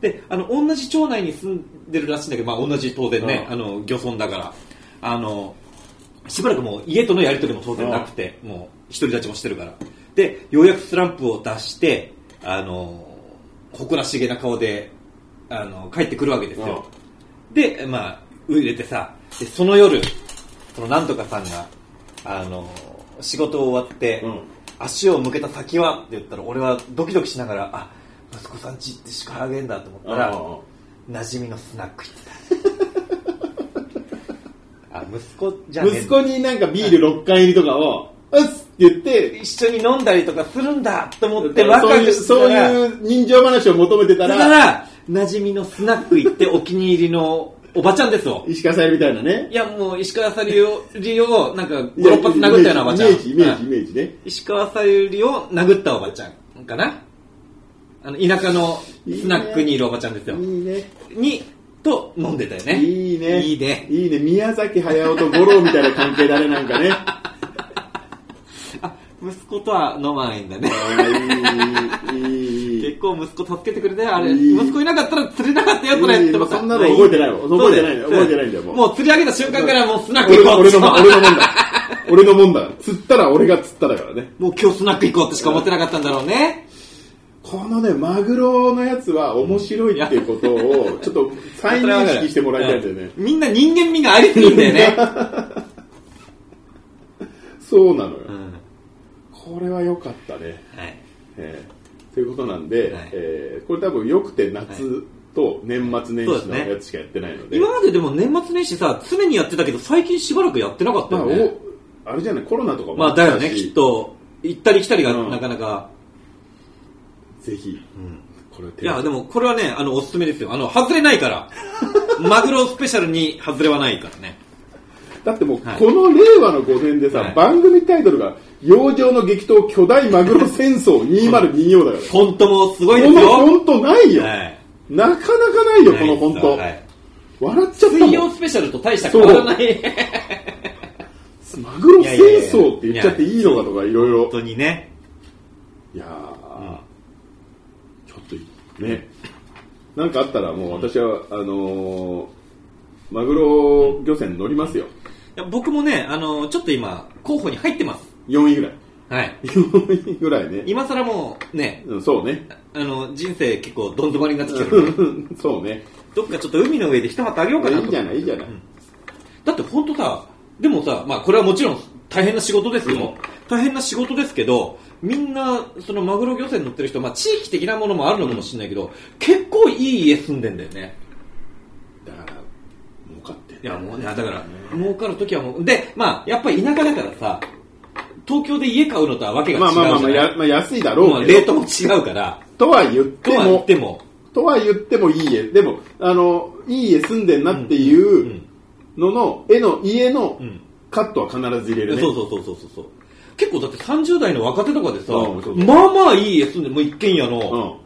[SPEAKER 2] であの同じ町内に住んでるらしいんだけど、まあ、同じ当然ね、
[SPEAKER 1] うん
[SPEAKER 2] あの漁村だからあのしばらくもう家とのやり取りも当然なくて、もう独り立ちもしてるからでようやくスランプを出してあの誇らしげな顔であの帰ってくるわけですよ、でまあ入れてさでその夜そのなんとかさんがあの仕事を終わって、
[SPEAKER 1] うん
[SPEAKER 2] 足を向けた先はって言ったら俺はドキドキしながらあ息子さんちって鹿揚げんだと思ったら、
[SPEAKER 1] うんうん
[SPEAKER 2] 馴染みのスナック行って たあ息子じゃねえ
[SPEAKER 1] 息子になんかビール6缶入りとかを「うっす!」って言って
[SPEAKER 2] 一緒に飲んだりとかするんだと思ってワク
[SPEAKER 1] そう
[SPEAKER 2] ワ
[SPEAKER 1] い
[SPEAKER 2] ク
[SPEAKER 1] う
[SPEAKER 2] してた
[SPEAKER 1] そう
[SPEAKER 2] ら
[SPEAKER 1] いう人情話を求めてた
[SPEAKER 2] だからら馴染みのスナック行ってお気に入りのおばちゃんですよ
[SPEAKER 1] 石川さゆりみたいなね
[SPEAKER 2] いやもう石川さゆりをなんか56発殴ったようなおばちゃん
[SPEAKER 1] イメージイメー
[SPEAKER 2] う
[SPEAKER 1] ジ
[SPEAKER 2] ん
[SPEAKER 1] イメージね
[SPEAKER 2] 石川さゆりを殴ったおばちゃんかなあの田舎のスナックにいるおばちゃんですよ
[SPEAKER 1] いいね
[SPEAKER 2] にと飲んでたよね
[SPEAKER 1] いいね
[SPEAKER 2] いいね
[SPEAKER 1] いいね宮崎駿と五郎みたいな関係だねなん かね
[SPEAKER 2] あ息子とは飲まないんだね
[SPEAKER 1] あーいいいいいい
[SPEAKER 2] 結構息子助けてくれてあれ
[SPEAKER 1] いい
[SPEAKER 2] 息子いなかったら釣れなかったよそれ
[SPEAKER 1] いい
[SPEAKER 2] ってこと
[SPEAKER 1] もうそんなの覚えてないわ覚えてないわ
[SPEAKER 2] そうだ
[SPEAKER 1] 覚
[SPEAKER 2] よ
[SPEAKER 1] えてないんだよもう
[SPEAKER 2] もう釣り上げた瞬間からもうスナック
[SPEAKER 1] 俺
[SPEAKER 2] 行
[SPEAKER 1] の
[SPEAKER 2] こうっ
[SPEAKER 1] 俺
[SPEAKER 2] て
[SPEAKER 1] のもん俺のもん だ俺のもんだから釣ったら俺が釣っただからね
[SPEAKER 2] もう今日スナック行こうってしか思ってなかったんだろうね
[SPEAKER 1] このねマグロのやつは面白いっていうことをちょっと再認識してもらいたいんだよね
[SPEAKER 2] うんみんな人間味がありすぎんだよね、
[SPEAKER 1] そうなのよ、
[SPEAKER 2] うん
[SPEAKER 1] これは良かったね、
[SPEAKER 2] はい
[SPEAKER 1] えーということなんで、
[SPEAKER 2] はい
[SPEAKER 1] えーこれ多分よくて夏と年末年始の
[SPEAKER 2] はい
[SPEAKER 1] やつしかやってないので、
[SPEAKER 2] 今まででも年末年始さ常にやってたけど最近しばらくやってなかった
[SPEAKER 1] まあ
[SPEAKER 2] よね
[SPEAKER 1] おあれじゃないコロナとかも
[SPEAKER 2] まあだよね
[SPEAKER 1] ったし
[SPEAKER 2] きっと行ったり来たりが
[SPEAKER 1] うん
[SPEAKER 2] なかなか、
[SPEAKER 1] ぜひこれを
[SPEAKER 2] いやでもこれはねあのおすすめですよあの外れないから マグロスペシャルに外れはないからね
[SPEAKER 1] だってもう、
[SPEAKER 2] はい
[SPEAKER 1] この令和の午前でさ、
[SPEAKER 2] はい
[SPEAKER 1] 番組タイトルが「洋上の激闘巨大マグロ戦争2024」だから、
[SPEAKER 2] フォントもすごいで
[SPEAKER 1] こ
[SPEAKER 2] す
[SPEAKER 1] の
[SPEAKER 2] よ
[SPEAKER 1] フォントないよ、
[SPEAKER 2] はい
[SPEAKER 1] なかなかないよ、このフォント、
[SPEAKER 2] はい
[SPEAKER 1] 笑っちゃった
[SPEAKER 2] 水
[SPEAKER 1] も
[SPEAKER 2] 曜
[SPEAKER 1] ん
[SPEAKER 2] スペシャルと大した変わらない
[SPEAKER 1] マグロ戦争って言っちゃっていいのかとかいろいろ
[SPEAKER 2] 本当にね
[SPEAKER 1] いやーちょっといいねなんかあったらもう私はあのーマグロ漁船乗りますよ
[SPEAKER 2] いや僕もねあのちょっと今候補に入ってます
[SPEAKER 1] 4位ぐらい
[SPEAKER 2] はい
[SPEAKER 1] 4位ぐらいね
[SPEAKER 2] 今更もうね
[SPEAKER 1] うんそうね
[SPEAKER 2] あの人生結構どん詰まりになってきてるんで
[SPEAKER 1] そうね
[SPEAKER 2] どっかちょっと海の上で一旗あげようかなと
[SPEAKER 1] いいじゃないいいじゃない、
[SPEAKER 2] うんだって本当さでもさ、まあ、これはもちろん大変な仕事ですよ、大変な仕事ですけどみんなそのマグロ漁船乗ってる人、まあ、地域的なものもあるのかもしれないけど、結構いい家住んでんだよね
[SPEAKER 1] だから儲かって
[SPEAKER 2] いやもうねだから儲かる時はもうでまあやっぱり田舎だからさ東京で家買うのとはわけが違
[SPEAKER 1] ま
[SPEAKER 2] う
[SPEAKER 1] あ
[SPEAKER 2] じゃ
[SPEAKER 1] まあ
[SPEAKER 2] ない、
[SPEAKER 1] まあまあや、まあ、安いだ
[SPEAKER 2] も
[SPEAKER 1] ろ
[SPEAKER 2] う
[SPEAKER 1] う
[SPEAKER 2] レ
[SPEAKER 1] け
[SPEAKER 2] ート
[SPEAKER 1] ど
[SPEAKER 2] も違うから
[SPEAKER 1] とは言っ
[SPEAKER 2] と
[SPEAKER 1] て
[SPEAKER 2] は言っ
[SPEAKER 1] も
[SPEAKER 2] ても
[SPEAKER 1] とは言ってもいい家でもあのいい家住んでんなってい
[SPEAKER 2] んう
[SPEAKER 1] うんのの絵の家の
[SPEAKER 2] ん
[SPEAKER 1] カットは必ず入れる
[SPEAKER 2] そう
[SPEAKER 1] ね、
[SPEAKER 2] そうそうそうそうそう結構だって30代の若手とかでさ、
[SPEAKER 1] うんそうそう
[SPEAKER 2] まあまあいい家住んでもう一軒家の、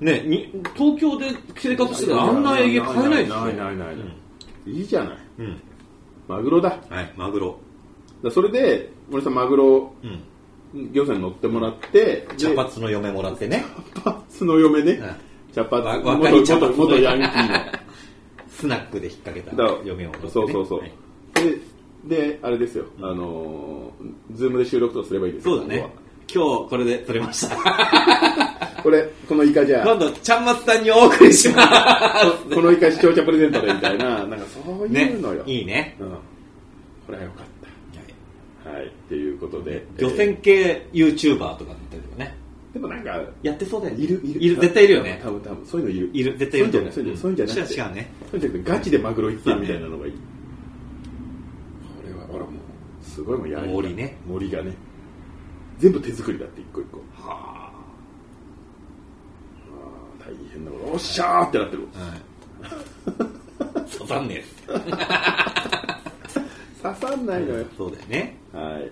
[SPEAKER 1] うん
[SPEAKER 2] ね、に東京で生活してたらあんな営業買えないですよ
[SPEAKER 1] ないないないない
[SPEAKER 2] うん
[SPEAKER 1] いいじゃない
[SPEAKER 2] うん
[SPEAKER 1] マグロだだか
[SPEAKER 2] はいマグロ
[SPEAKER 1] らそれで森さんマグロ
[SPEAKER 2] うん
[SPEAKER 1] 漁船乗ってもらって
[SPEAKER 2] 茶
[SPEAKER 1] で
[SPEAKER 2] 髪の嫁もらってね
[SPEAKER 1] 茶髪の嫁ね茶髪
[SPEAKER 2] わ
[SPEAKER 1] 元
[SPEAKER 2] 若い茶
[SPEAKER 1] 元
[SPEAKER 2] 髪の
[SPEAKER 1] 元ヤンキーの
[SPEAKER 2] スナックで引っ掛けた
[SPEAKER 1] だから
[SPEAKER 2] 嫁を乗ってね
[SPEAKER 1] そうそうそう
[SPEAKER 2] はい
[SPEAKER 1] でであれですよあのーズームで収録とかすればいいです
[SPEAKER 2] そ
[SPEAKER 1] よ
[SPEAKER 2] うだね今日これで撮れました
[SPEAKER 1] これこのイカじゃ
[SPEAKER 2] 今度ちゃんまつさんにお送りし ます
[SPEAKER 1] このイカ視聴者プレゼン トでみたいななんかそう
[SPEAKER 2] ね
[SPEAKER 1] いうのよ、
[SPEAKER 2] いいね
[SPEAKER 1] うん、これはよかった
[SPEAKER 2] はい
[SPEAKER 1] はいっていうことで
[SPEAKER 2] 漁船系 YouTuber とかだったりとかね
[SPEAKER 1] でもなんか
[SPEAKER 2] やってそうだよね
[SPEAKER 1] いるいる
[SPEAKER 2] 絶対いるよね
[SPEAKER 1] 多分多分そういうのいる
[SPEAKER 2] いる絶対いると思う
[SPEAKER 1] そういうんじゃないそういうんじゃない
[SPEAKER 2] うん違う違うね
[SPEAKER 1] そういうんじゃなくてガチでマグロ行ってみたいなのがいいこれはほらもうすごいもんやりが
[SPEAKER 2] 森ね
[SPEAKER 1] 森がね全部手作りだって一個一個
[SPEAKER 2] は
[SPEAKER 1] あー大変なことおっしゃーってなってる
[SPEAKER 2] あはい刺さんねえっす
[SPEAKER 1] 刺さんないのよ
[SPEAKER 2] そうだよね
[SPEAKER 1] はい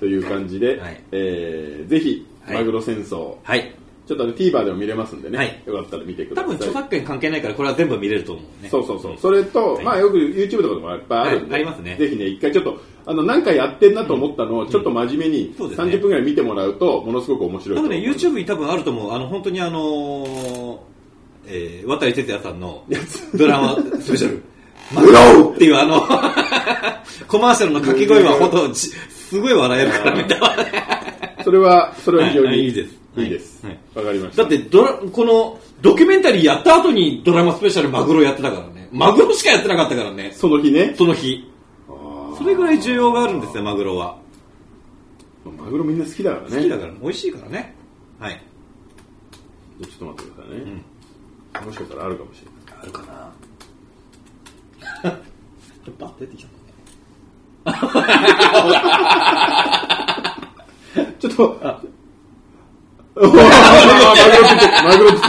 [SPEAKER 1] という感じで、
[SPEAKER 2] はい
[SPEAKER 1] えーぜひ
[SPEAKER 2] はい
[SPEAKER 1] マグロ戦争、
[SPEAKER 2] はい
[SPEAKER 1] ちょっとあの TVer でも見れますんでね、
[SPEAKER 2] はい
[SPEAKER 1] よかったら見てくだ
[SPEAKER 2] 多
[SPEAKER 1] さい
[SPEAKER 2] 分著作権関係ないからこれは全部見れると思うね
[SPEAKER 1] そうそうそう、それと、
[SPEAKER 2] はい
[SPEAKER 1] まあよく YouTube とかでもいっぱいあるんで、
[SPEAKER 2] はいありますね
[SPEAKER 1] ぜひね、一回ちょっと、あの何回やってんなと思ったのを、ちょっと真面目に
[SPEAKER 2] そうですね
[SPEAKER 1] 30分ぐらい見てもらうと、ものすごく面白いと
[SPEAKER 2] 多
[SPEAKER 1] 思
[SPEAKER 2] 分
[SPEAKER 1] う
[SPEAKER 2] ね YouTube に多分あると思うあの本当にあのーえー渡哲也さ んのドラマスペシャル「マグロ!」っていうあの コマーシャルの掛け声は本当じすごい笑えるからみたい な
[SPEAKER 1] それは、それは非常
[SPEAKER 2] は
[SPEAKER 1] に
[SPEAKER 2] いいいです
[SPEAKER 1] いいです。わ
[SPEAKER 2] はい、
[SPEAKER 1] かりました。
[SPEAKER 2] だってドラこのドキュメンタリーやった後にドラマスペシャルマグロやってたからねマグロしかやってなかったからね
[SPEAKER 1] その日ね、
[SPEAKER 2] その日それぐらい需要があるんですよマグロは
[SPEAKER 1] マグロみんな好きだからね。
[SPEAKER 2] 好きだから美味しいからねはい
[SPEAKER 1] ちょっと待ってくださいね。もしかしたらあるかもしれない。
[SPEAKER 2] あるか なバッ出てきた
[SPEAKER 1] ちょっと、 おーマグロ釣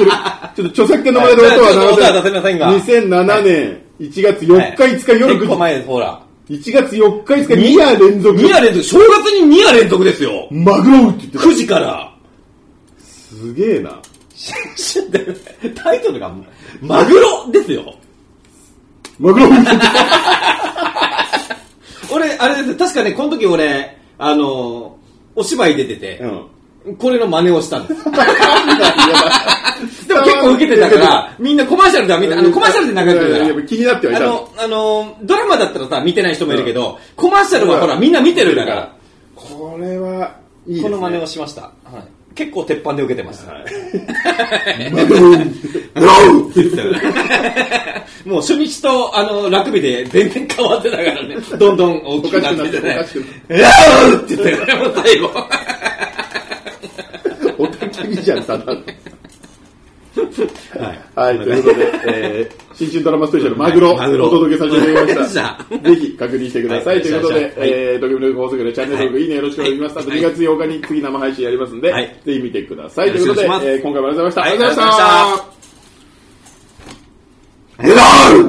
[SPEAKER 1] ってる。ちょっと著作権の前で音は流せ
[SPEAKER 2] はいちょっと音は出せませんが
[SPEAKER 1] 2007年1月4日5日夜9
[SPEAKER 2] 結
[SPEAKER 1] 時
[SPEAKER 2] 構前ですほら
[SPEAKER 1] 1月4日ですか2夜連続
[SPEAKER 2] 2夜連続正月に2夜連続ですよ
[SPEAKER 1] マグロ打ちって
[SPEAKER 2] 9時から
[SPEAKER 1] すげえな
[SPEAKER 2] タイトルがマグロですよ
[SPEAKER 1] マグロ打ちって
[SPEAKER 2] 俺あれですよ確かねこの時俺あのお芝居出てて、
[SPEAKER 1] うん
[SPEAKER 2] これの真似をしたん です でも結構受けてた からみんなコマーシャルではみんなあのコマーシャルで流れて
[SPEAKER 1] いやいや
[SPEAKER 2] る
[SPEAKER 1] い
[SPEAKER 2] か
[SPEAKER 1] や気になってはい
[SPEAKER 2] らあ
[SPEAKER 1] た
[SPEAKER 2] のあのドラマだったらさ見てない人もいるけど、コマーシャルはほ
[SPEAKER 1] う
[SPEAKER 2] ら
[SPEAKER 1] ん
[SPEAKER 2] みんな見てるから
[SPEAKER 1] これはいいです
[SPEAKER 2] こ
[SPEAKER 1] ね
[SPEAKER 2] の真似をしました、はい、結構鉄板で受けてました、
[SPEAKER 1] はいマグロ打ち
[SPEAKER 2] ロー もう初日とあのラグビーで全然変わってたからね、どんどん大きくなっててね、
[SPEAKER 1] お
[SPEAKER 2] ロ
[SPEAKER 1] かしくなっ
[SPEAKER 2] ーって言ってたよね、 もう最後。
[SPEAKER 1] おたきびじゃんさだ
[SPEAKER 2] はい
[SPEAKER 1] はい、ということで、えー、新春ドラマスペシャル、マグロ、
[SPEAKER 2] はいマグロ
[SPEAKER 1] お届けさせていただきま し
[SPEAKER 2] や
[SPEAKER 1] た
[SPEAKER 2] った。
[SPEAKER 1] ぜひ確認してください。
[SPEAKER 2] はい
[SPEAKER 1] ということで、
[SPEAKER 2] はい
[SPEAKER 1] えー、ドキュメント放送局のチャンネル登録、
[SPEAKER 2] はい
[SPEAKER 1] い、いね、よろしくお願いします。
[SPEAKER 2] はい
[SPEAKER 1] あと2月8日に次生配信やりますんで、
[SPEAKER 2] はい
[SPEAKER 1] ぜひ見てください。
[SPEAKER 2] よ
[SPEAKER 1] と
[SPEAKER 2] ろ
[SPEAKER 1] い
[SPEAKER 2] し
[SPEAKER 1] う
[SPEAKER 2] く
[SPEAKER 1] こ
[SPEAKER 2] お
[SPEAKER 1] と
[SPEAKER 2] 願
[SPEAKER 1] で
[SPEAKER 2] いします、
[SPEAKER 1] えー今回もありがとうございました。
[SPEAKER 2] はい
[SPEAKER 1] ありがとうございました。
[SPEAKER 2] ありがとうございました
[SPEAKER 1] ヘロー